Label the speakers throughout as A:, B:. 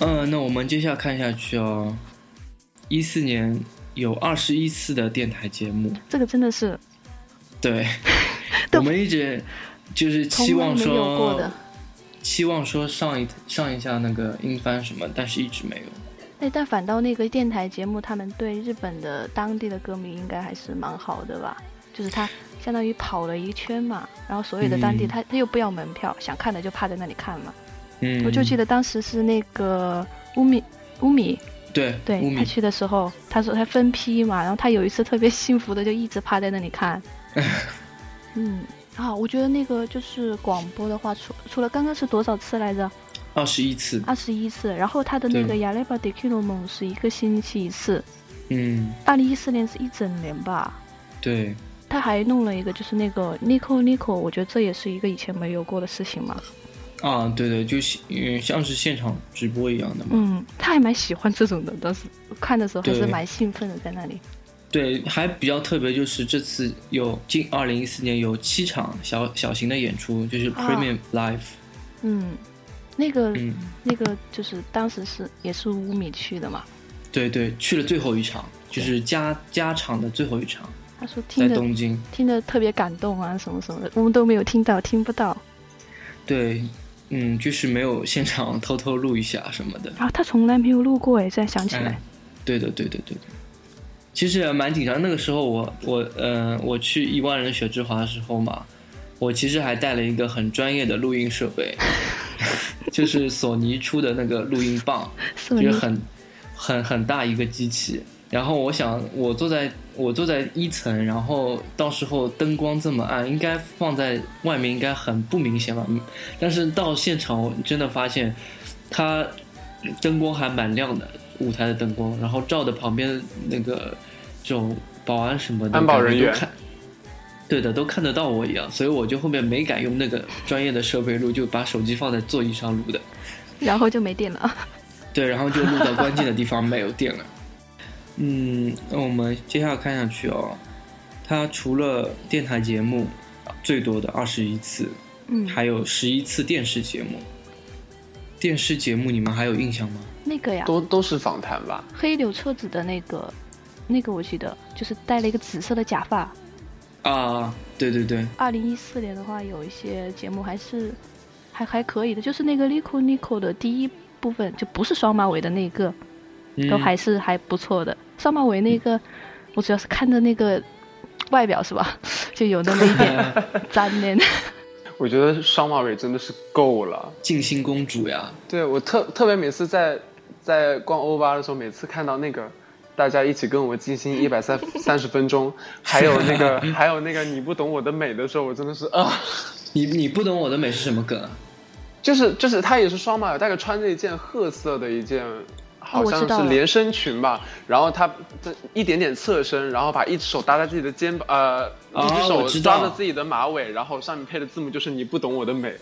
A: 嗯，那我们接下来看下去哦。一四年有二十一次的电台节目，
B: 这个真的是
A: 对，
B: 都
A: 我们一直就是期
B: 从来
A: 望
B: 没有过
A: 说
B: 的。，
A: 期望说上一上一下那个英翻什么，但是一直没有。
B: 哎，但反倒那个电台节目，他们对日本的当地的歌迷应该还是蛮好的吧？就是他相当于跑了一圈嘛，然后所有的当地
A: 嗯
B: 他、他又不要门票，想看的就趴在那里看嘛。
A: 嗯，
B: 我就记
A: 得
B: 得当时是那个乌米乌米，
A: 对
B: 对
A: 五
B: 他
A: 米，
B: 去的时候，他说他分批嘛，然后他有一次特别幸福的就一直趴在那 里看。嗯，啊，我觉得那个就是广播的话，除除了刚刚是多少次来着？
A: 二十一次，
B: 二十一次。然后他的那个
A: 对
B: 亚雷巴迪 q 罗蒙是一个星期一次，
A: 嗯，
B: 二零一四年是一整年吧。
A: 对，
B: 他还弄了一个就是那个 Nico Nico，我觉得这也是一个以前没有过的事情嘛。
A: 啊，对对，就是嗯，像是现场直播一样的嘛。
B: 嗯，他还蛮喜欢这种的，当时看的时候还是
A: 对
B: 蛮兴奋的，在那里。
A: 对，还比较特别，就是这次有近二零一四年有七场小小型的演出，就是
B: 啊
A: Premium Live，、
B: 嗯，那个、
A: 嗯，
B: 那个就是当时是也是乌米去的嘛，
A: 对对，去了最后一场，就是加加场的最后一场，
B: 他说
A: 在
B: 听着
A: 东京。
B: 听着特别感动啊，什么什么的，我们都没有听到，听不到。
A: 对，嗯，就是没有现场 偷偷录一下什么的。
B: 然后他从来没有录过哎，现在想起
A: 嗯
B: 来，，
A: 对的，对的，对的。其实也蛮紧张，那个时候我我呃我去一万人雪之华的时候嘛，我其实还带了一个很专业的录音设备， 就是索尼出的那个录音棒，
B: 索
A: 就是
B: 尼
A: 很很很大一个机器。然后我想，我坐在我坐在一层，然后到时候灯光这么暗，应该放在外面应该很不明显吧。嗯但是到现场，我真的发现它灯光还蛮亮的，舞台的灯光，然后照的旁边那个这种保安什么的，
C: 安保人员
A: 感觉都看对的，都看得到我一样，所以我就后面没敢用那个专业的设备录，就把手机放在座椅上录的。
B: 然后就没电了。
A: 对，然后就录到关键的地方没有电了。嗯，那我们接下来看下去哦。它除了电台节目最多的二十一次，
B: 嗯，
A: 还有十一次电视节目。电视节目你们还有印象吗？
B: 那个呀，
C: 都都是访谈吧？
B: 黑柳彻子的那个，那个我记得就是戴了一个紫色的假发。
A: 啊，对对对，
B: 二零一四年的话，有一些节目还是还还可以的，就是那个 Nico Nico 的第一部分，就不是双马尾的那个，
A: 嗯、
B: 都还是还不错的。双马尾那个，我主要是看着那个外表是吧， 就有那么一点粘连。
C: 我觉得双马尾真的是够了。
A: 静心公主呀，
C: 对我特特别每次在在逛欧巴的时候，每次看到那个大家一起跟我进行一百三三十分钟，还有那个还有那个你不懂我的美的时候，我真的是啊、
A: 你你不懂我的美是什么梗啊？
C: 就是就是她也是双马尾，大概穿着一件褐色的一件。好
B: 哦我
C: 像
B: 知道
C: 是
B: 了
C: 连身裙吧，然后她这一点点侧身，然后把一只手搭在自己的肩膀，呃，
A: 哦
C: 一只
A: 我
C: 手
A: 知
C: 抓
A: 道
C: 着自己的马尾，然后上面配的字幕就是“你不懂我 的美”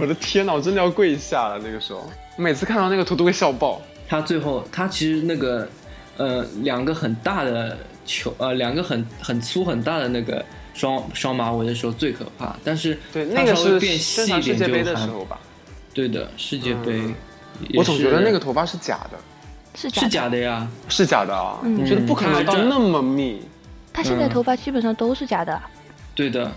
C: 我的天呐，我真的要跪下了那个时候，每次看到那个图都会笑爆。
A: 他最后他其实那个呃两个很大的球呃两个很很粗很大的那个双双马尾的时候最可怕，但是
C: 对，
A: 它
C: 那个
A: 稍微
C: 是
A: 变细
C: 正
A: 一
C: 常世
A: 点
C: 界杯
A: 就
C: 的
A: 还
C: 时候吧。
A: 对的世界杯
C: 嗯，
A: 也
C: 我总觉得
A: 是
C: 那个头发是假的，
B: 是假
A: 是
B: 的，
A: 假的嗯呀，
C: 是假的啊，
B: 嗯
C: 我觉得不可能到那么密。
B: 他现在
A: 嗯
B: 头发基本上都是假的，
A: 对的，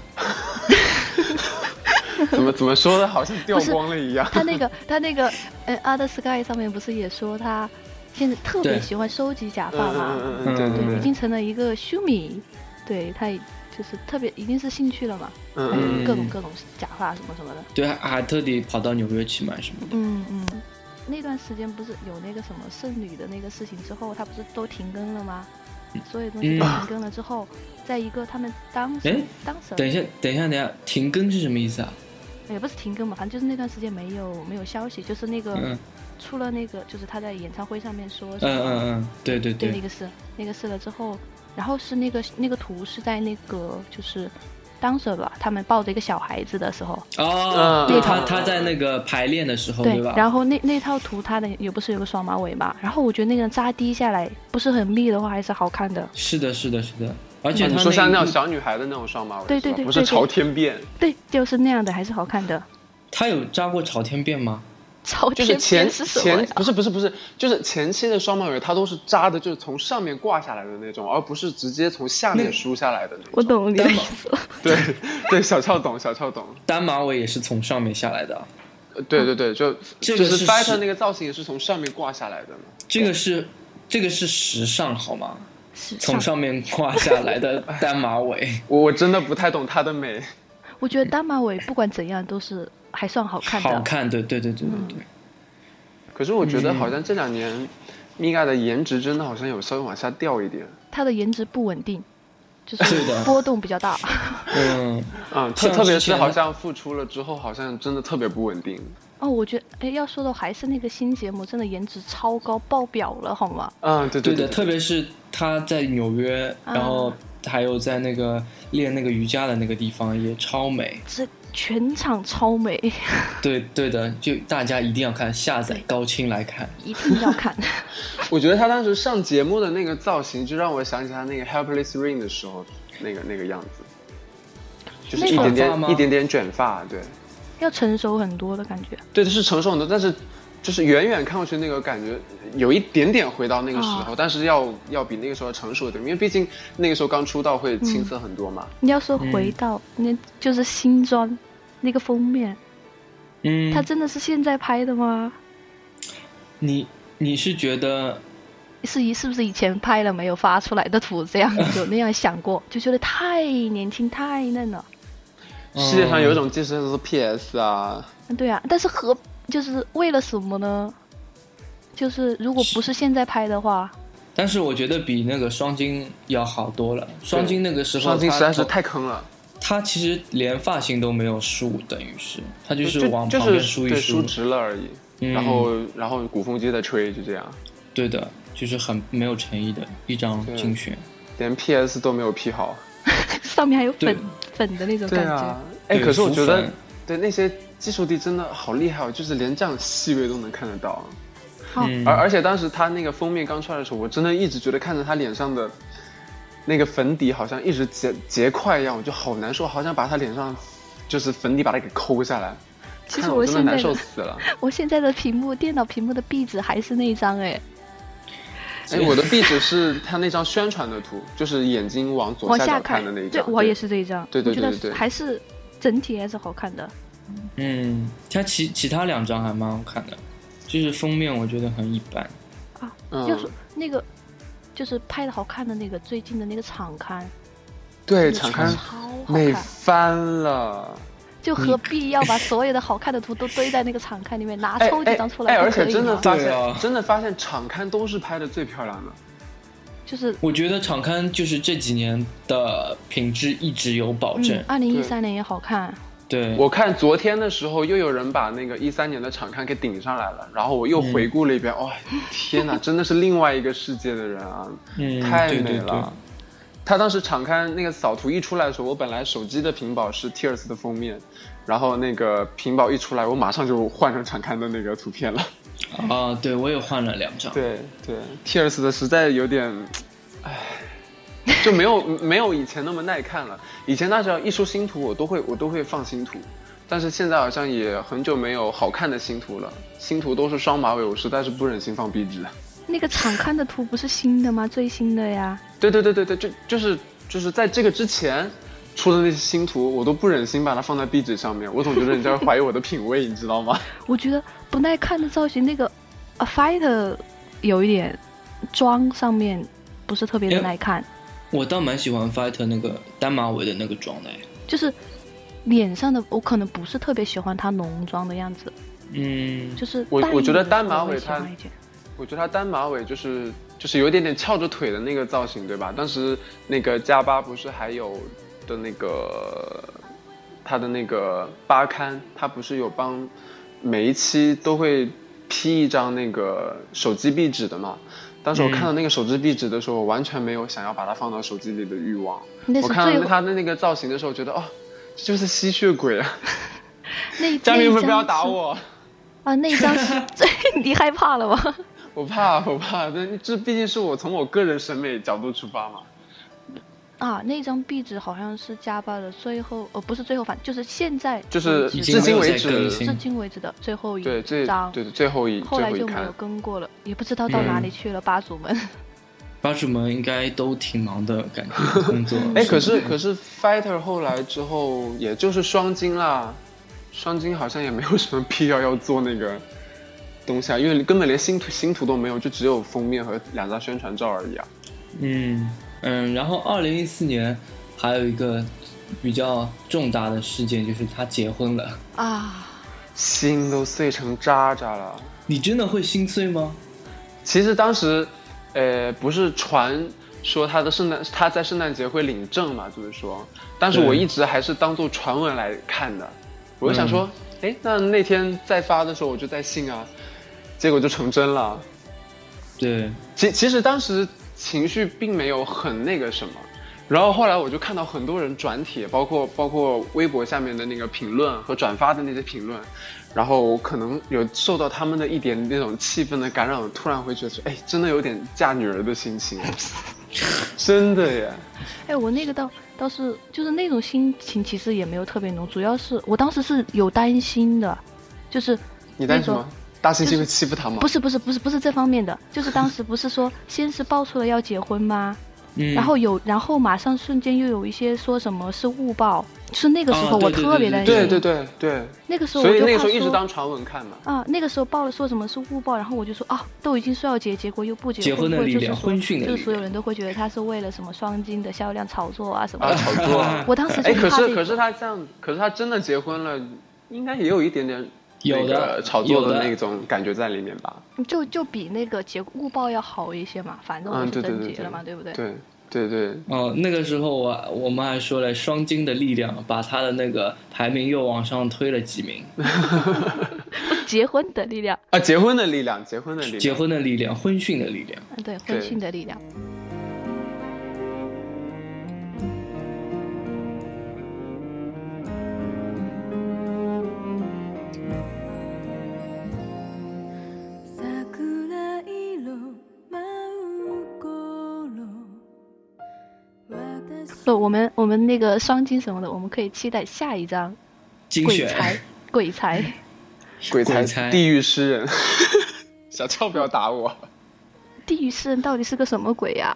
C: 怎么怎么说的，好像掉
B: 不是
C: 光了一样。
B: 他那个他那个呃《Other Sky》上面不是也说他现在特别
A: 对
B: 喜欢收集假
C: 嗯
B: 发
C: 嗯
B: 嘛？
C: 嗯嗯，对
A: 嗯
B: 对，已
C: 对对，
B: 经成了一个修米，对他已就是特别已经是兴趣了嘛，
C: 嗯嗯
B: 嗯，
A: 嗯
B: 各种各种假发什么什么的。
A: 对，还还特地跑到纽约去买什么的，
B: 嗯嗯，那段时间不是有那个什么剩女的那个事情之后，他不是都停更了吗？所有东西都
A: 嗯
B: 停更了之后，在一个他们当
A: 哎
B: 时当时哎
A: 等一下等一下等一下，停更是什么意思啊？
B: 也不是停更嘛，反正就是那段时间没有没有消息，就是那个
A: 嗯
B: 出了那个就是他在演唱会上面说
A: 嗯
B: 什么
A: 嗯嗯，对对
B: 对
A: 对
B: 那，个事那个事了之后，然后是那个那个图是在那个就是当时吧，他们抱着一个小孩子的时候，
A: 哦，
C: 嗯
A: 对他
C: 嗯
A: 他在那个排练的时候
B: 对，
A: 哦吧？
B: 然后那那套图它的也不是有个双马尾嘛，然后我觉得那个扎低下来不是很密的话，还是好看的。
A: 是的是的是的，而且
C: 嗯
A: 他
C: 你说像那
A: 那
C: 种
A: 一
C: 小女孩的那种双马尾，
B: 对
C: 是吧
B: 对对
C: 不是
B: 对对
C: 朝天辫，
B: 对，就是那样的，还是好看的。
A: 他有扎过朝天辫吗？
B: 朝
C: 就是
B: 天边
C: 前
B: 是什么
C: 前
B: 呀？
C: 不是不是不是，就是前期的双马尾它都是扎的，就是从上面挂下来的那种，而不是直接从下面梳下来的那种。
B: 我。懂你的意思了，
C: 对对，小俏懂，小俏懂。
A: 单马尾也是从上面下来的啊，
C: 呃对对对，就
A: 这
C: 就
A: 个
C: 是
A: 是
C: fighter
A: 是
C: 那个造型也是从上面挂下来的嘛。，
A: 这个是这个是时尚好吗？
B: 时
A: 从
B: 尚
A: 上面挂下来的单马尾
C: 我我真的不太懂它的美。
B: 我觉得单马尾不管怎样都是还算好看的。
A: 好看，对对对对对对，
C: 可是我觉得
A: 嗯
C: 好像这两年，米娅的颜值真的好像有稍微往下掉一点，
B: 她的颜值不稳定，就
A: 对的
B: 是波动比较大。
A: 嗯，
C: 嗯，特
A: 像
C: 特别
A: 之
C: 是
A: 前
C: 好像复出了之后，好像真的特别不稳定。
B: 哦，我觉得哎，要说的还是那个新节目，真的颜值超高，爆表了，好吗？
C: 嗯，对
A: 对的，
C: 对
A: 特别是他在纽约，
B: 啊
A: 然后还有在那个练那个瑜伽的那个地方也超美，
B: 这全场超美，
A: 对对的，就大家一定要看，下载高清来看，
B: 一定要看。
C: 我觉得他当时上节目的那个造型，就让我想起他那个《Helpless Rain》的时候那个那个样子，就是一
B: 那个
C: 点
A: 发吗
C: 点一点点卷发，对，
B: 要成熟很多的感觉。
C: 对，是成熟很多，但是就是远远看过去那个感觉有一点点回到那个时
A: 啊
C: 候，但是要要比那个时候要成熟一点，因为毕竟那个时候刚出道会青涩很多嘛。
B: 你要说回到、那就是新装那个封面，
A: 嗯，
B: 它真的是现在拍的吗？
A: 你你是觉得
B: 是以是不是以前拍了没有发出来的图这样有那样想过，就觉得太年轻太嫩了。
A: 嗯
C: 世界上有一种精神就是 PS 啊，
B: 嗯对啊，但是和就是为了什么呢？就是如果不是现在拍的话，
A: 嗯但是我觉得比那个双金要好多了。双金那个时候，
C: 上镜
A: 他
C: 实在是太坑了，
A: 他其实连发型都没有梳，等于是他就
C: 就是
A: 往
C: 就
A: 旁边
C: 是
A: 梳一
C: 对
A: 梳
C: 梳，直了而已，
A: 嗯
C: 然后然后鼓风机在吹，就这样，
A: 对的，就是很没有诚意的一张
C: 对
A: 精选。
C: 连 PS 都没有 P 好。
B: 上面还有
A: 对
B: 粉粉的那种
C: 对
B: 感觉。
C: 啊，哎，
A: 对
C: 可是我
A: 浮
C: 觉得
A: 粉
C: 对那些技术帝真的好厉害哦，就是连这样细微都能看得到。啊
B: 哦
A: 嗯，
C: 而而且当时他那个封面刚出来的时候，我真的一直觉得看着他脸上的那个粉底好像一直结结块一样，我就好难受，好想把他脸上就是粉底把它给抠下来。
B: 其
C: 看
B: 实
C: 得
B: 我
C: 真的
B: 现在
C: 难
B: 的
C: 受 死了。
B: 我现在的屏幕电脑屏幕的壁纸还是那一张哎，
C: 哎，我的壁纸是他那张宣传的图，就是眼睛往左
B: 往
C: 下
B: 下
C: 角看的那一
B: 对
C: 张。
B: 我也。是这一张，
C: 对对对
B: 我觉
C: 对
B: 得
C: 对
B: 还是整体还是好看的。
A: 嗯，他其其他两张还蛮好看的，就是封面我觉得很一般。
B: 要说
C: 嗯，
B: 那个就是拍的好看的那个最近的那个场刊，
C: 对，
B: 真的超
C: 敞开
B: 好
C: 美
B: 看，
C: 翻了。
B: 就何必要把所有的好看的图都堆在那个场刊里面，拿
C: 哎
B: 啊抽几张出
C: 哎
B: 来
C: 哎，
B: 不
C: 而
B: 可
C: 且
B: 以
C: 真的
B: 吗？
C: 发
A: 对啊
C: 现，真的发现场刊都是拍的最漂亮的。
B: 就是
A: 我觉得场刊就是这几年的品质一直有保证
B: 嗯，。二零一三年也好看，
A: 对，
C: 我看昨天的时候，又有人把那个一三年的场刊给顶上来了，然后我又
A: 嗯
C: 回顾了一遍，哇、天哪，真的是另外一个世界的人啊，
A: 嗯，
C: 太
A: 对
C: 美
A: 对对
C: 了。他当时场刊那个扫图一出来的时候，我本来手机的屏保是 Tears 的封面，然后那个屏保一出来，我马上就换成场刊的那个图片了。
A: 啊，对我也换了两张。
C: 对对，Tears 的实在有点，唉，就没有没有以前那么耐看了。以前那时候一出新图，我都会我都会放新图，但是现在好像也很久没有好看的新图了。新图都是双马尾，我实在是不忍心放壁纸。
B: 那个场刊的图不是新的吗？最新的呀，
C: 对对对对对，就就是就是在这个之前。出的那些新图，我都不忍心把它放在壁纸上面。我总觉得人家会怀疑我的品味，你知道吗？
B: 我觉得不耐看的造型，那个 a fighter 有一点妆上面不是特别的
A: 哎
B: 耐看。
A: 我倒蛮喜欢 Fighter 那个单马尾的那个妆的。哎
B: 就是脸上的，我可能不是特别喜欢她浓妆的样子，
A: 嗯，
B: 就是
C: 我
B: 淡一
C: 我觉得
B: 点
C: 单马
B: 我会
C: 尾
B: 喜
C: 它
B: 欢一点
C: 我觉得他单马尾就是就是有一点点翘着腿的那个造型，对吧？当时那个加巴不是还有的那个他的那个八刊，他不是有帮每一期都会 P 一张那个手机壁纸的嘛？当时我看到那个手机壁纸的时候，我完全没有想要把它放到手机里的欲望。
B: 那
C: 我
B: 是
C: 看到
B: 最
C: 他的那个造型的时候，觉得哦，这就是吸血鬼啊！
B: 那
C: 嘉宾
B: 那
C: 们
B: 一
C: 不要
B: 张
C: 打
B: 是
C: 我。
B: 啊！那一张是最 你害怕了吗？
C: 我怕，我怕，但这毕竟是我从我个人审美角度出发嘛。
B: 啊，那张壁纸好像是加巴的最后，呃，不是最后反，就是现在
C: 就是
B: 为止
A: 已
B: 的
A: 经
C: 至
A: 没
C: 今
A: 有
C: 为
A: 再
C: 止
A: 更
B: 至
A: 新。
B: 今为止的最后一
C: 对，最
B: 张，
C: 对最后一
B: 后
C: 最
B: 来
C: 后一嗯
B: 就没有
C: 刊，
B: 跟过了，也不知道到哪里去了。吧，主们
A: 吧主们应该都挺忙的感觉，工作。
C: 哎，可是可是 Fighter 后来之后，也就是双金啦，双金好像也没有什么必要要做那个东西啊，因为根本连新图新图都没有，就只有封面和两张宣传照而已啊。
A: 嗯嗯，然后二零一四年还有一个比较重大的事件，就是他结婚了。
B: 啊，
C: 心都碎成渣渣了。
A: 你真的会心碎 吗？
C: 其实当时，呃，不是传说他的圣诞他在圣诞节会领证嘛，就是说，但是
A: 对
C: 我一直还是当做传闻来看的，我就想说，哎、那那天再发的时候我就在信啊，结果就成真了。
A: 对，
C: 其其实当时情绪并没有很那个什么，然后后来我就看到很多人转帖，包括包括微博下面的那个评论和转发的那些评论，然后我可能有受到他们的一点那种气氛的感染，我突然会觉得说，哎，真的有点嫁女儿的 心情，真的耶，
B: 哎，我那个倒倒是就是那种心情，其实也没有特别浓，主要是我当时是有担心的，就是
C: 你担心什
B: 那
C: 么？大猩猩会欺负他吗？
B: 不是不是不是不是这方面的，就是当时不是说先是爆出了要结婚吗？
A: 嗯，
B: 然后有，然后马上瞬间又有一些说什么是误报，是那个时
A: 啊
B: 候我
A: 对对
B: 特别
A: 对
B: 担心，
C: 对对对对，
B: 那个时候我
C: 所以
B: 就
C: 那个
B: 怕
C: 时候一直
B: 说
C: 当传闻看嘛。
B: 啊，那个时候报了说什么是误报，然后我就说啊，都已经说要结，结果又不结
A: 结婚的
B: 会
A: 力
B: 就是
A: 量
B: 说
A: 婚讯的
B: 就是
A: 力
B: 所有
A: 量
B: 人都会觉得他是为了什么双金的销量炒作啊什么
C: 啊，
B: 的。
C: 炒 作啊！
B: 我当时
C: 哎，
B: 就
C: 可
B: 怕
C: 是
B: 这
C: 可是
B: 个，
C: 他这样，可是他真的结婚了，应该也有一点点
A: 有的
C: 那个炒作
A: 有的
C: 的那种感觉在里面吧？
B: 就就比那个结误报要好一些嘛，反正我
C: 嗯
B: 是
C: 对对
B: 真
C: 对
B: 结了嘛，对不对？
C: 对对对，
A: 哦，那个时候我我们还说了双金的力量，把他的那个排名又往上推了几名。
B: 结婚的力量，
C: 啊，结婚的力量，结婚的力量，
A: 结婚的力量，婚讯的力量。
B: 嗯，对，婚
C: 对
B: 庆的力量。
D: 桜色舞う頃私
B: 哦不，我们我们那个双金什么的，我们可以期待下一张
A: 精
B: 鬼
A: 选
B: 才， 鬼才。
A: 鬼
C: 鬼才
A: 才
C: 地狱诗人， 小俏不要打我。
B: 地狱诗人到底是个什么鬼呀、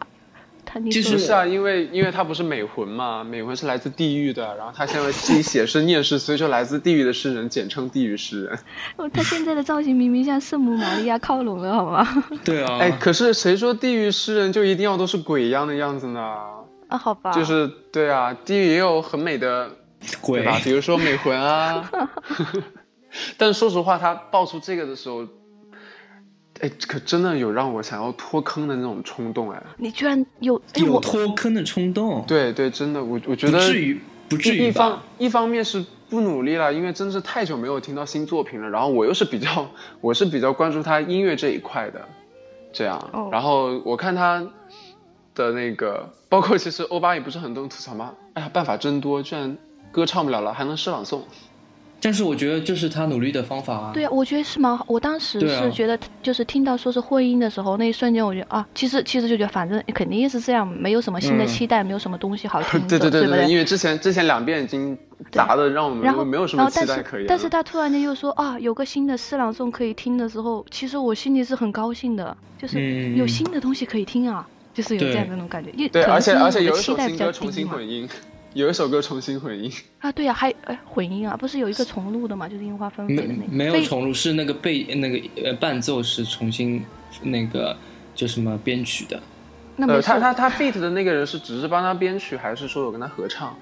B: 他你
A: 就
B: 说
C: 不
A: 是
C: 是啊，因为因为他不是美魂嘛，美魂是来自地狱的，然后他现在自己写诗念诗，所以就来自地狱的诗人，简称地狱诗人。
B: 哦他现在的造型明明向圣母玛利亚靠拢了，好吗？
A: 对啊，
C: 哎，可是谁说地狱诗人就一定要都是鬼一样的样子呢？
B: 啊，好吧，
C: 就是对啊，地狱也有很美的
A: 鬼
C: 对吧？比如说美 魂啊。但是说实话，他爆出这个的时候，哎，可真的有让我想要脱坑的那种冲动哎。
B: 你居然有哎
A: 有
B: 我
A: 脱坑的冲动，
C: 对对，真的，我我觉
A: 不
C: 得
A: 至于不至
C: 一
A: 于
C: 一方
A: 吧？
C: 一方面是不努力了，因为真的是太久没有听到新作品了。然后我又是比较 我是比较关注他音乐这一块的，这样。
B: 哦
C: 然后我看他的那个，包括其实欧巴也不是很多人吐槽吗？哎呀，办法真多，居然歌唱不了了，还能诗朗诵。
A: 但是我觉得这是他努力的方法啊。
B: 对啊，我觉得是蛮好。我当时
A: 对啊
B: 是觉得，就是听到说是婚姻的时候，那一瞬间我觉得啊，其实其实就觉得反正肯定是这样，没有什么新的
A: 嗯
B: 期待，没有什么东西好听的，
C: 对对对
B: 不嗯对
C: 因？为之前之前两遍已经砸的，让我们
B: 然后
C: 没有什
B: 然
C: 么
B: 后
C: 期
B: 但
C: 待
B: 是
C: 可言了。
B: 但是他突然间又说啊，有个新的诗朗诵可以听的时候，其实我心里是很高兴的，就是
A: 嗯
B: 有新的东西可以听啊，就是有这样的那种感觉。因为
C: 对，
B: 可能
C: 而且
B: 是因为
C: 而且
B: 我
C: 有
B: 的
C: 一
B: 期
C: 首
B: 待
C: 新
B: 比较
C: 歌重
B: 低
C: 新
B: 嘛。
C: 混音， 有一首歌重新混音，
B: 啊，对呀、还哎混音啊，不是有一个重录的嘛，就是樱花纷飞
A: 没
B: 的那个，
A: 没有
B: 非
A: 重录，是那个被那个呃伴奏是重新那个就什么编曲的，
B: 那没
C: 呃，
B: 事
C: 他他他 beat 的那个人是只是帮他编曲，还是说有跟他合唱？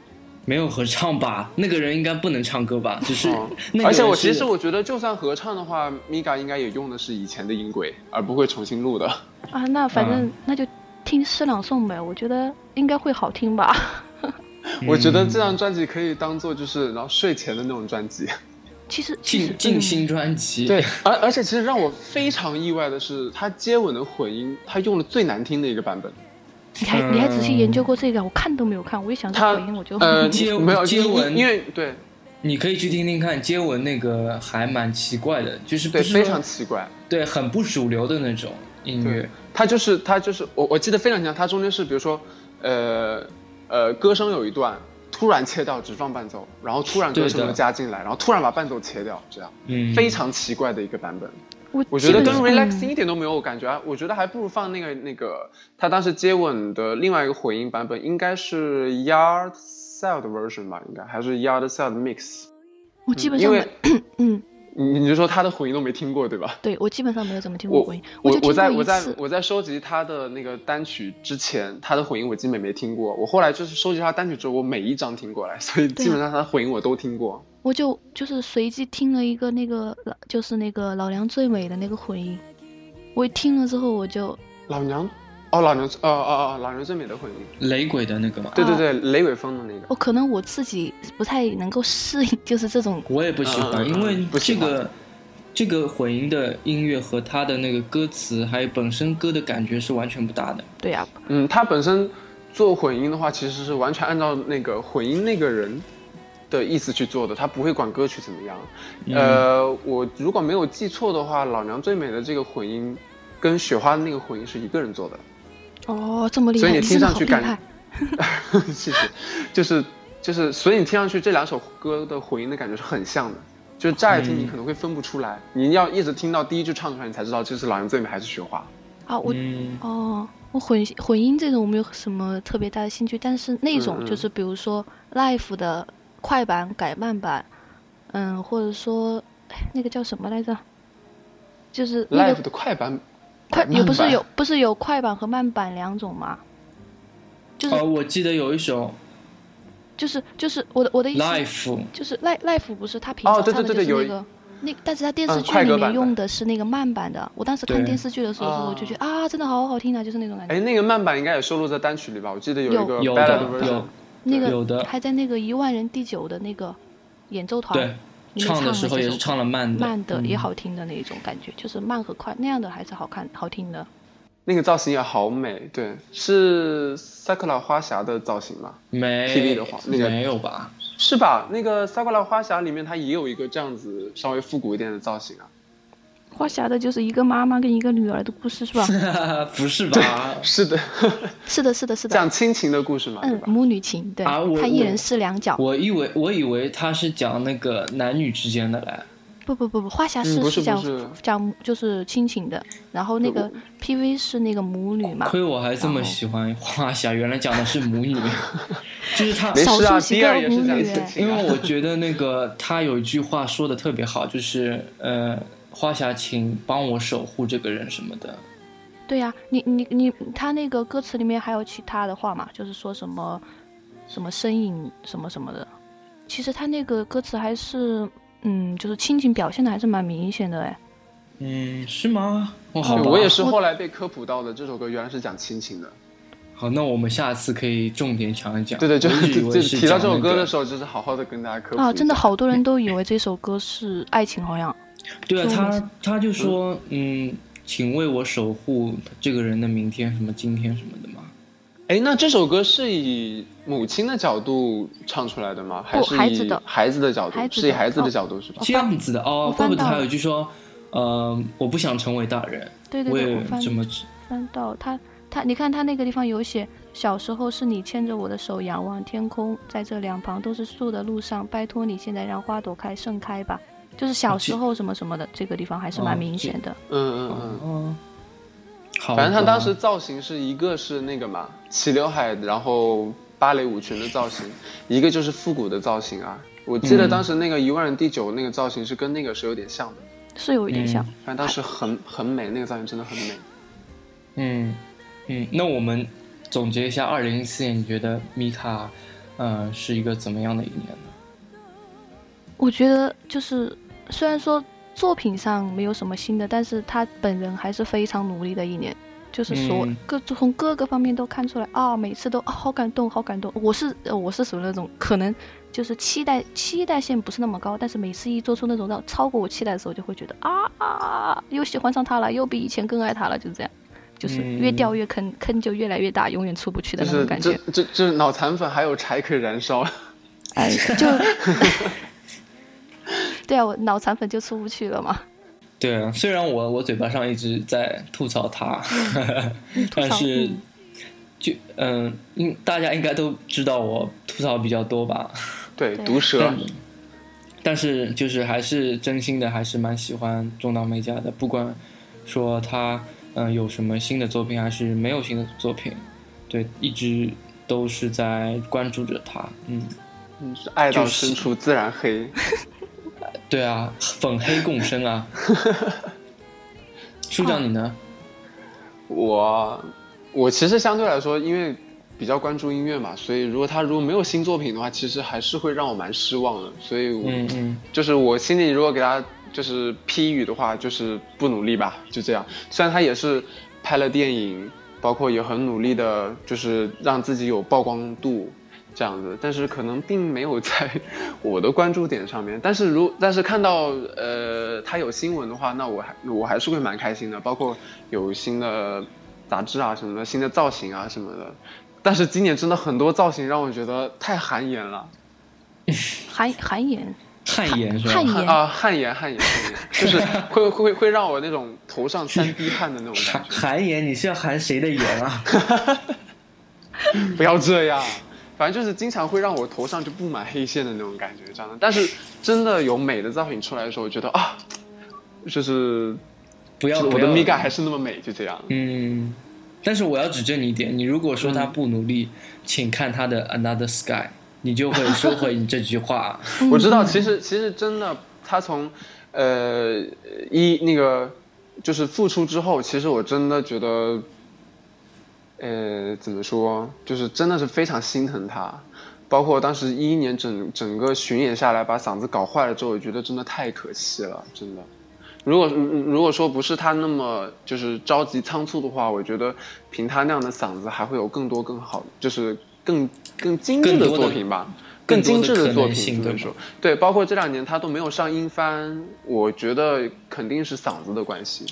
A: 没有合唱吧？ 那个人应该不能唱歌吧？只是
C: 哦
A: 那个人是
C: 而且我其实我觉得，就算合唱的话，Miga 应该也用的是以前的音轨，而不会重新录的。
B: 啊，那反正、
C: 嗯
B: 那就听诗朗诵呗，我觉得应该会好听吧。 嗯
C: 我觉得这张专辑可以当做就是然后睡前的那种专辑。
B: 其实其实
A: 静静
B: 嗯
A: 心专辑，
C: 对，而而且其实让我非常意外的是，他接吻的混音，他用了最难听的一个版本。
B: 嗯你还你还仔细研究过这个？我看都没有看，我一想
C: 嗯他
B: 到回音我就、
C: 呃
A: 接
C: 没有
A: 接吻
C: 因为对
A: 你可以去听听看接吻那个还蛮奇怪的，就是不
C: 对
A: 是说
C: 非常奇怪。
A: 对很不主流的那种音乐
C: 对，他就是他就是我我记得非常清楚，他中间是比如说，呃呃，歌声有一段突然切掉，只放伴奏，然后突然歌声
A: 对
C: 又
A: 的
C: 加进来，然后突然把伴奏切掉，这样
A: 嗯，
C: 非常奇怪的一个版本。
B: 我
C: 我觉得跟
B: 基本上嗯
C: relaxing 一点都没有感觉啊，我觉得还不如放那个那个他当时接吻的另外一个混音版本，应该是 Yard Sale 的 version 吧，应该还是 Yard Sale 的 mix。
B: 我基本
C: 因
B: 上
C: 为
B: 没， 嗯，
C: 你你就说他的混音都没听过对吧？
B: 对我基本上没有怎么听过
C: 我
B: 混音，
C: 我
B: 就听
C: 在
B: 过
C: 我
B: 一
C: 在
B: 次。
C: 我在收集他的那个单曲之前，他的混音我基本没听过。我后来就是收集他单曲之后，我每一张听过来，所以
B: 对啊
C: 基本上他的混音我都听过。
B: 我就就是随机听了一个那个老，就是那个老梁最美的那个混音，我一听了之后我就
C: 老娘，哦老娘，哦哦哦老娘最美的混音，
A: 雷鬼的那个嘛，
C: 对
B: 哦
C: 对对，雷伟峰的那个
B: 我哦可能我自己不太能够适应，就是这种
A: 我也不喜
C: 嗯嗯
A: 欢，
C: 嗯
A: 因为
C: 不喜
A: 这
C: 欢
A: 个这个混音的音乐和它的那个歌词，还有本身歌的感觉是完全不搭的。
B: 对啊呀、
C: 嗯，他本身做混音的话，其实是完全按照那个混音那个人的意思去做的，他不会管歌曲怎么样。呃，我如果没有记错的话，老娘最美的这个混音跟雪花的那个混音是一个人做的。
B: 哦，这么厉害，
C: 所以你听
B: 真的
C: 上
B: 好
C: 去
B: 厉
C: 感
B: 害，
C: 谢谢，就是就是，所以你听上去这两首歌的混音的感觉是很像的，就是乍一听你可能会分不出来，你要一直听到第一句唱出来，你才知道这是《老人最美》还是《雪花》。
B: 啊！我、
A: 嗯，
B: 哦，我混混音这种我没有什么特别大的兴趣，但是那种
C: 嗯
B: 就
C: 嗯
B: 是比如说 l i f e 的快板改慢版，嗯，或者说哎那个叫什么来着，就是那
C: Live
B: 个
C: 的快版，
B: 快
C: 慢
B: 有不是
C: 版
B: 有不是有快板和慢板两种吗？就是、
A: 哦，我记得有一首
B: 就是就是我的我的
A: 《
B: 意思
A: Life》，
B: 就是赖赖福不是他平常
C: 哦对
B: 唱的
C: 对
B: 就是
C: 对对
B: 那个。那但是他电
C: 嗯
B: 视剧
C: 快
B: 里
C: 歌
B: 面
C: 版的
B: 用的是那个慢版的，我当时看
A: 对
B: 电视剧的时候，
C: 啊
B: 我就觉得啊，真的好好听啊，就是那种感觉。
C: 哎，那个慢版应该也收录在单曲里吧？我记得有一个
A: 有
C: ballad
A: 的
C: version
A: 有。
B: 那个
A: 有的
B: 还在那个一万人第九的那个演奏团
A: 对，
B: 里面唱
A: 的时候
B: 这
A: 也
B: 首
A: 是唱了慢的，
B: 慢的也
A: 嗯
B: 好听的那一种感觉，就是慢和快那样的还是好看好听的。
C: 那个造型也好美，对，是萨克拉花匣的造型吗？
A: 没
C: PV 的话那个
A: 没有吧？
C: 是吧？那个萨克拉花匣里面它也有一个这样子稍微复古一点的造型啊。
B: 花匣的就是一个妈妈跟一个女儿的故事是吧？
A: 不是 吧？
C: 是的，
B: 是的，是的，是的。
C: 讲亲情的故事嘛，对
B: 嗯
C: 吧，？
B: 母女情，对，
A: 啊我
B: 她一
A: 我
B: 人饰两角。
A: 我以为我以为他是讲那个男女之间的嘞，
B: 不不不不，花匣
C: 嗯不是
B: 讲、
C: 不是
B: 讲就是亲情的，然后那
C: 对
A: 呃
B: 个 PV 是那个母女嘛，
A: 亏我还这么喜欢花匣，原来讲的是母 女，就是他
C: 没事
B: 少
C: 啊，
B: 数几
C: 第二
B: 个
C: 也是
B: 母
C: 讲
B: 女
C: 亲
B: 哎
C: 情
A: 因
C: 啊。
A: 为我觉得那个他有一句话说的特别好，就是呃，花匣，请帮我守护这个人什么的。
B: 对呀、你你你，他那个歌词里面还有其他的话嘛，就是说什么什么身影什么什么的，其实他那个歌词还是嗯，就是亲情表现的还是蛮明显的哎，
A: 嗯，是吗？哦，好
C: 对
A: 吧，
C: 我也是后来被科普到的，这首歌原来是讲亲情的。
A: 好，那我们下次可以重点讲一讲。
C: 对对，就
A: 我一直以
C: 就
A: 为
C: 就是提到这
A: 讲
C: 首
A: 那
C: 歌
A: 个
C: 的时候，就是好好的跟大家科普一下。
B: 啊，真的好多人都以为这首歌是爱情，好像
A: 对啊，
B: 就
A: 他他就说，嗯，请为我守护这个人的明天，什么今天什么的嘛。
C: 哎，那这首歌是以母亲的角度唱出来的吗？还
B: 不
C: 是以
B: 孩子的
C: 孩子的角
B: 孩
C: 度？
B: 子
C: 是以
B: 的
C: 孩子的
B: 哦
C: 角度是吧？
A: 这样子的
B: 我
A: 哦，怪
B: 翻
A: 不得
B: 到
A: 还有
B: 了
A: 一句说，呃，我不想成为大人，
B: 对对
A: 我
B: 对，我
A: 也
B: 翻
A: 这么
B: 翻到他他，你看他那个地方有写，小时候是你牵着我的手仰望天空，在这两旁都是树的路上，拜托你现在让花朵开盛开吧。就是小
A: 哦
B: 时
A: 这
B: 候什么什么的，这个地方还是
A: 哦
B: 蛮明
A: 这
B: 显的。
C: 嗯嗯嗯。
A: 哦，好吧，
C: 反正他当时造型是一个是那个嘛，齐刘海，然后芭蕾舞裙的造型，一个就是复古的造型啊。我记得
A: 嗯
C: 当时那个一万人第九那个造型是跟那个是有点像的，
B: 是有一点像。
C: 反正当时很很美，那个造型真的很美。
A: 嗯嗯，那我们总结一下，二零一四年你觉得米卡，嗯、是一个怎么样的一年呢？
B: 我觉得就是虽然说作品上没有什么新的，但是他本人还是非常努力的一年，就是说
A: 嗯
B: 各从各个方面都看出来啊，每次都啊好感动，好感动。我是呃我是属于那种可能就是期待期待线不是那么高，但是每次一做出那种让超过我期待的时候，就会觉得啊啊，又喜欢上他了，又比以前更爱他了，就是这样。就是越
A: 嗯
B: 掉越坑，坑就越来越大，永远出不去的
C: 就
B: 那种
C: 是
B: 感觉
C: 这。这这脑残粉还有柴可以燃烧，
B: 哎，就，对啊，我脑残粉就出不去了嘛。
A: 对啊，虽然我我嘴巴上一直在吐槽他，
B: 嗯吐槽
A: 但是
B: 嗯
A: 就嗯，应大家应该都知道我吐槽比较多吧，
C: 对，啊
B: 对
C: 毒蛇
A: 但，但是就是还是真心的，还是蛮喜欢中岛美嘉的，不管说她嗯有什么新的作品，还是没有新的作品，对，一直都是在关注着她，嗯，
C: 嗯是爱到
A: 就是
C: 深处自然黑。
A: 对啊，粉黑共生啊。舒长你呢？
C: 我我其实相对来说，因为比较关注音乐嘛，所以如果他如果没有新作品的话，其实还是会让我蛮失望的。所以我，
A: 嗯嗯，
C: 就是我心里如果给他就是批语的话，就是不努力吧，就这样。虽然他也是拍了电影，包括也很努力的，就是让自己有曝光度这样子，但是可能并没有在我的关注点上面。但是如但是看到呃他有新闻的话，那我还我还是会蛮开心的，包括有新的杂志啊什么的，新的造型啊什么的。但是今年真的很多造型让我觉得太韩延了。
B: 韩韩演
A: 汗颜是吧？
B: 汗
C: 汗
B: 颜
C: 啊，汗颜，汗 颜，汗颜，就是会会会让我那种头上三滴汗的那种
A: 韩
C: 感觉。
A: 韩颜，你是要含谁的颜啊？
C: 不要这样，反正就是经常会让我头上就布满黑线的那种感觉，这样的。但是真的有美的造型出来的时候，我觉得啊，就是
A: 不要，
C: 我
A: 不
C: 的
A: 要
C: 米嘎还是那么美，就这样。
A: 嗯，但是我要指正你一点，你如果说
C: 嗯
A: 他不努力，请看他的《Another Sky》，你就会收回你这句话。
C: 我知
A: 嗯
C: 道，其实其实真的，他从呃一那个就是复出之后，其实我真的觉得，呃，怎么说，就是真的是非常心疼他。包括当时一一年整整个巡演下来，把嗓子搞坏了之后，我觉得真的太可惜了，真的。如果如如果说不是他那么就是着急仓促的话，我觉得凭他那样的嗓子，还会有更多更好，就是更更精致
A: 更多的
C: 作品吧，
A: 更
C: 更
A: 多的
C: 精致
A: 可
C: 作
A: 能性
C: 品。所
A: 对
C: 以
A: 吧
C: 说，对，包括这两年他都没有上英翻，我觉得肯定是嗓子的关系。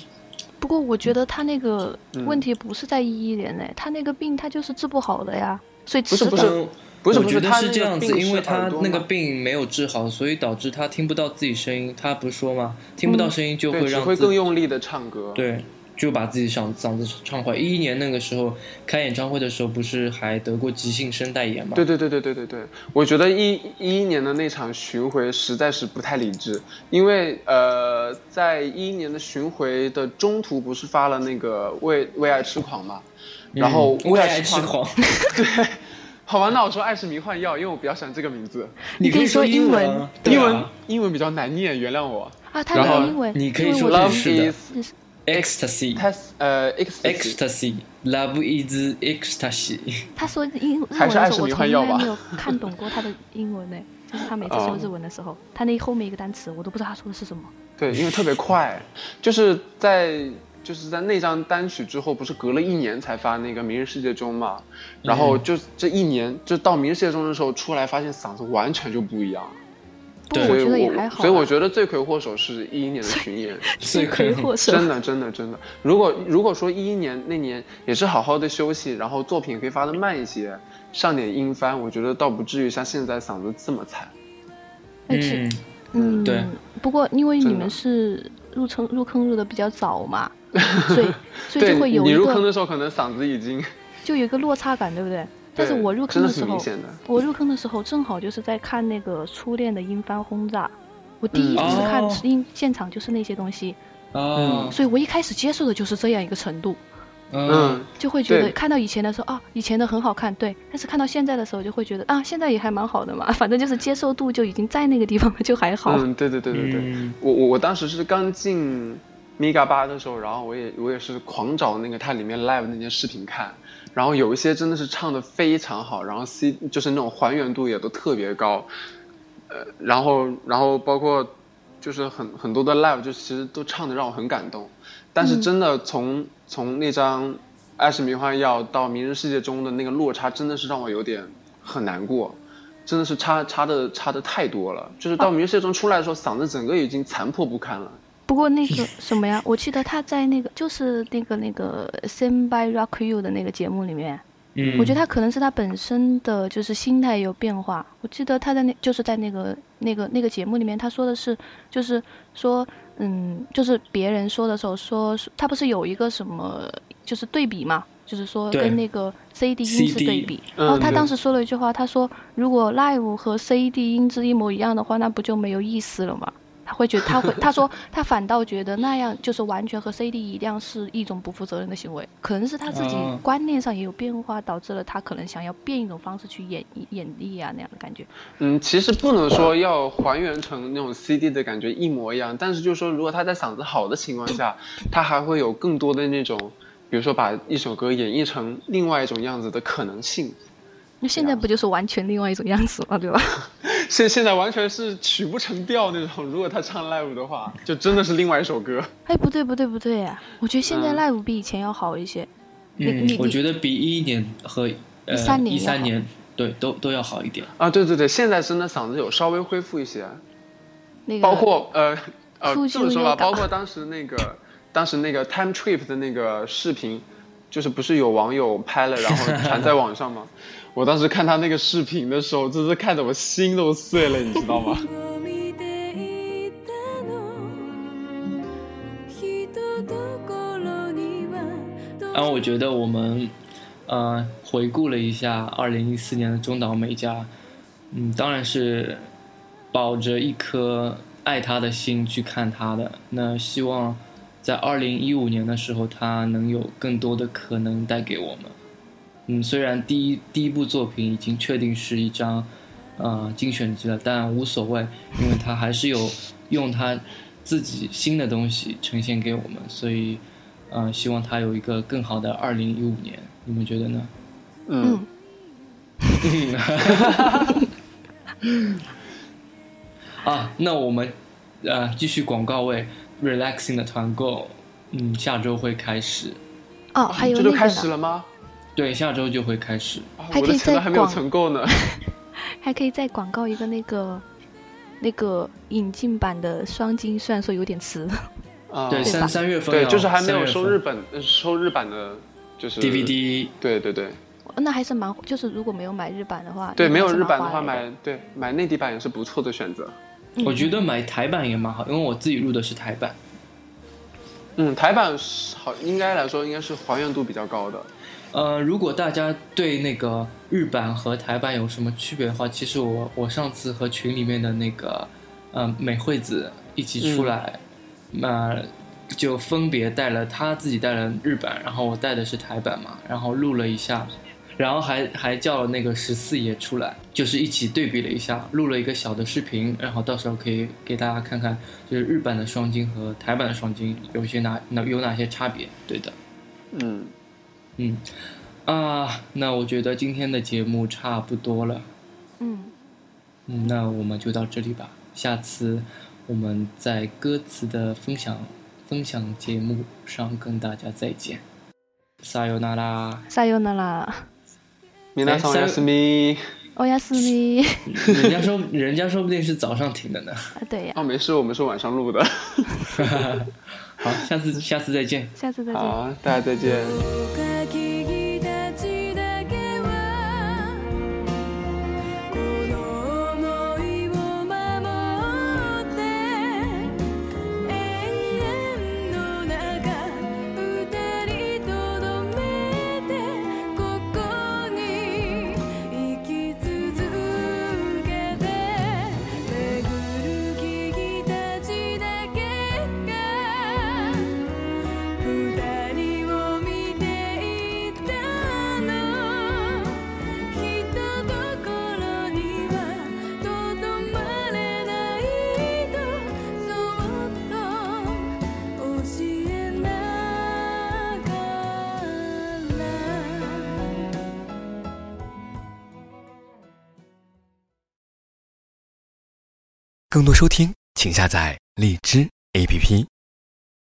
B: 不过我觉得他那个
C: 嗯
B: 问题不是在一一年哎，他那个病他就是治不好的呀，所以
C: 不是
B: 迟
C: 不
B: 早
C: 是嗯不是
A: 我
C: 不
A: 觉
C: 是，
A: 得
C: 他那
A: 是
C: 个
A: 这样子，
C: 病
A: 因为
C: 是耳
A: 他
C: 朵
A: 那个
C: 嘛
A: 病没有治好，所以导致他听不到自己声音。他不是说嘛，听不到声音就
C: 嗯对
A: 会
C: 只
A: 让
C: 会
A: 自
C: 更
A: 己
C: 用力的唱歌。
A: 对，就把自己嗓嗓子唱坏。一一年那个时候开演唱会的时候，不是还得过急性声带炎嘛？
C: 对对对对对对对，我觉得一一一年的那场巡回实在是不太理智，因为呃，在一一年的巡回的中途不是发了那个为为爱痴狂嘛，
A: 嗯，
C: 然后
A: 为爱痴
C: 狂，
A: 狂，
C: 好吧，那我说爱是迷幻药，因为我比较喜欢这个名字，
A: 你可
B: 可
A: 以
B: 以
A: 说
B: 说
A: 英
B: 英
A: 文
B: 文
A: 啊，对
C: 英
A: 啊
C: 文英文比较难念，原谅我。
B: 啊，他
C: 然
B: 有
C: 后
B: 英文，
A: 你可以
B: 英文
A: 说
B: 我觉得
A: 日式
C: Love
A: 的
C: is
B: 日式
A: ecstasy。
C: test 呃 ecstasy。
A: ecstasy love is ecstasy，
B: 他说英日文
C: 还是爱
B: 的时
C: 是
B: 候，我
C: 迷
B: 从
C: 幻药
B: 来
C: 吧
B: 没有看懂过他的英 文呢。就是他每次说
C: 哦
B: 日文的时候，他那后面一个单词我都不知道他说的是什么。
C: 对，因为特别快，就是在就是在那张单曲之后，不是隔了一年才发那个《明日世界中》嘛，然后
A: 嗯
C: 就这一年就到《明日世界中》的时候出来，发现嗓子完全就不一样了。
B: 不
A: 对
B: 过我觉
C: 所以我
B: 得也还好啦。啊
C: 所以我觉得罪魁祸首是一一年的巡演，
A: 罪魁
B: 罪
A: 祸
B: 祸首
C: 真的真的真的。如果如果说一一年那年也是好好的休息，然后作品可以发的慢一些，上点音翻，我觉得倒不至于像现在嗓子这么惨。
B: 哎其
A: 嗯，
B: 嗯，
A: 对。
B: 不过因为
C: 真
B: 你
C: 的
B: 们是入坑入坑入的比较早 嘛，所以所以
C: 对
B: 就会有
C: 你
B: 一
C: 入坑
B: 个
C: 的时候，可能嗓子已经，
B: 就有一个落差感，对不对？ 但是
C: 对
B: 我入坑
C: 真的
B: 时
C: 是
B: 候
C: 明，显的。
B: 我入坑的时候正好就是在看那个《初恋的英翻轰炸》，我第一
C: 嗯
B: 次看
A: 哦
B: 音现场就是那些东西，
A: 哦，
B: 所以我一开始接受的就是这样一个程度。
A: 嗯
C: 嗯，
B: 就会觉得
C: 对
B: 看到以前的时候啊，以前的很好看，对。但是看到现在的时候，就会觉得啊，现在也还蛮好的嘛，反 正就是接受度就已经在那个地方了，就还好。
C: 嗯，对对对对对，
A: 嗯
C: 我我我当时是刚进 Mega 八的时候，然后我也我也是狂找那个它里面 live 那些视频看，然后有一些真的是唱的非常好，然后 C 就是那种还原度也都特别高，呃，然后然后包括就是很很多的 live 就其实都唱的让我很感动，但是
B: 嗯
C: 真的从、从那张《爱是迷幻药》到《明日世界》中的那个落差，真的是让我有点很难过。真的是差差的差的太多了，就是到《明日世界》中出来的时候，嗓子整个已经残破不堪了。
B: 不过那个 什么呀，我记得他在那个就是那个那个《Sing by Rock You》的那个节目里面，
A: 嗯，
B: 我觉得他可能是他本身的就是心态有变化。我记得他在那就是在那个那个那个节目里面，他说的是就是说嗯，就是别人说的时候说他不是有一个什么就是对比嘛，就是说
A: 对
B: 跟那个 CD 音质
A: CD
B: 对比。
C: 嗯
B: 然后他
C: 对
B: 当时说了一句话，他说如果 Live 和 CD 音质一模一样的话，那不就没有意思了吗？他会觉得 他会他说他反倒觉得那样就是完全和 CD 一样是一种不负责任的行为，可能是他自己
A: 哦
B: 观念上也有变化，导致了他可能想要变一种方式去演绎演绎啊那样的感觉。
C: 嗯，其实不能说要还原成那种 CD 的感觉一模一样，但是就是说，如果他在嗓子好的情况下，他还会有更多的那种，比如说把一首歌演绎成另外一种样子的可能性。
B: 那现在不就是啊完全另外一种样子吗？对吧？
C: 现现在完全是曲不成调那种，如果他唱 live 的话，就真的是另外一首歌。
B: 哎，不对不对不对啊！我觉得现在
C: 嗯
B: live 比以前要好一些。你
A: 嗯
B: 你，
A: 我
B: 你
A: 觉得比一一年和呃
B: 13年
A: 一
B: 要好
A: 三年对都都要好一点。
C: 啊，对对对，现在真的嗓子有稍微恢复一些，
B: 那个
C: 包括 呃呃
B: 促
C: 这么
B: 进
C: 说吧，
B: 优感
C: 包括当时那个当时那个 time trip 的那个视频，就是不是有网友拍了然后传在网上吗？ 我当时看他那个视频的时候，真是看得我心都碎了，你知道吗？嗯
D: を見ていたの人どころには
A: 然后我觉得我们，呃，回顾了一下二零一四年的中岛美嘉，嗯，当然是抱着一颗爱她的心去看她的。那希望在二零一五年的时候，她能有更多的可能带给我们。嗯，虽然第一第一部作品已经确定是一张，呃，精选集了，但无所谓，因为她还是有用她自己新的东西呈现给我们，所以。呃，希望他有一个更好的二零一五年，你们觉得 呢？
C: 嗯
B: 嗯，
A: 啊，那我们呃继续广告位，relaxing 的团购，嗯，下周会开始，
B: 哦，还有
C: 这
B: 那
C: 就
B: 个
C: 开始
B: 呢
C: 了吗？
A: 对，下周就会开始。
C: 啊
B: 还
C: 我
B: 可
C: 的
B: 以
C: 钱都
B: 再
C: 还没有
B: 逛
C: 存够呢。
B: 还可以再广告一个那个那个引进版的双金，虽然说有点迟，
C: 啊，
A: 对，三三月份
C: 对，
A: 要
C: 就是还没
A: 三
C: 有
A: 月份
C: 收日本呃收日版的，就是。
A: DVD，
C: 对对
B: 啊
C: 对
B: 那还是蛮就是如果没有买日版的话，
C: 对，
B: 那
C: 没有
B: 还是
C: 日
B: 蛮
C: 版的
B: 划
C: 话
B: 来
C: 买对买内地版也是不错的选择。
B: 嗯
A: 我觉得买台版也蛮好，因为我自己录的是台版。
C: 嗯，台版是好，应该来说应该是还原度比较高的。
A: 呃，如果大家对那个日版和台版有什么区别的话，其实我我上次和群里面的那个呃美惠子一起出来，那、就分别带了她自己带了日版，然后我带的是台版嘛，然后录了一下，然后还还叫了那个十四爷出来，就是一起对比了一下，录了一个小的视频，然后到时候可以给大家看看，就是日版的双金和台版的双金有些哪哪有哪些差别，对的。
C: 嗯，
A: 嗯，啊，那我觉得今天的节目差不多了，
B: 嗯，
A: 嗯，那我们就到这里吧。下次我们在歌词的分享分享节目上跟大家再见。撒由那拉，
B: 撒由那拉，
C: 米娜桑亚斯米，
B: 欧亚斯 米，
A: 人家说人家说不定是早上听的呢。
B: 啊对呀，
C: 哦，没事，我们是晚上录的。
A: 好，下次下次再见。
B: 下次再见。
C: 好， 大家再
D: 「
C: 见。
D: おかきたちだけはこの想いを守って」「永遠の中二人とどめてここに生き続けて」「巡る木々たちだけが」「二人を見ていたの」「人どころにはとどまれないとそっと教えながら」
E: 更多收听，请下载荔枝 APP。